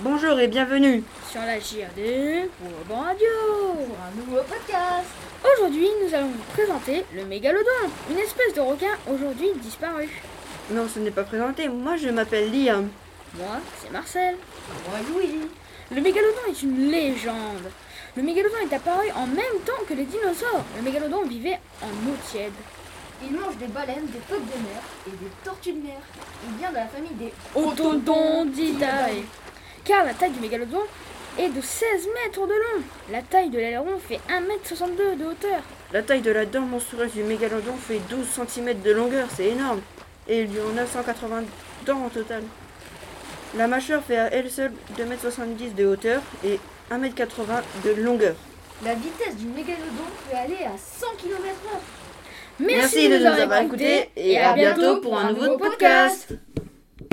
Bonjour et bienvenue. sur la JAD pour Urban Radio. pour un nouveau podcast. Aujourd'hui, nous allons vous présenter le mégalodon, une espèce de requin aujourd'hui disparue. Non, ce n'est pas présenté. Moi, je m'appelle Liam. Moi, c'est Marcel. Moi, Louis. Le mégalodon est une légende. Le mégalodon est apparu en même temps que les dinosaures. Le mégalodon vivait en eau tiède. Il mange des baleines, des phoques de mer et des tortues de mer. Il vient de la famille des Odontodontidae. Car la taille du mégalodon est de 16 mètres de long. La taille de l'aileron fait 1m62 de hauteur. La taille de la dent monstrueuse du mégalodon fait 12 cm de longueur, c'est énorme. Et il lui en a 180 dents en total. La mâchoire fait à elle seule 2m70 de hauteur et 1m80 de longueur. La vitesse du mégalodon peut aller à 100 km/h. Merci de nous avoir écoutés et à bientôt pour un nouveau podcast.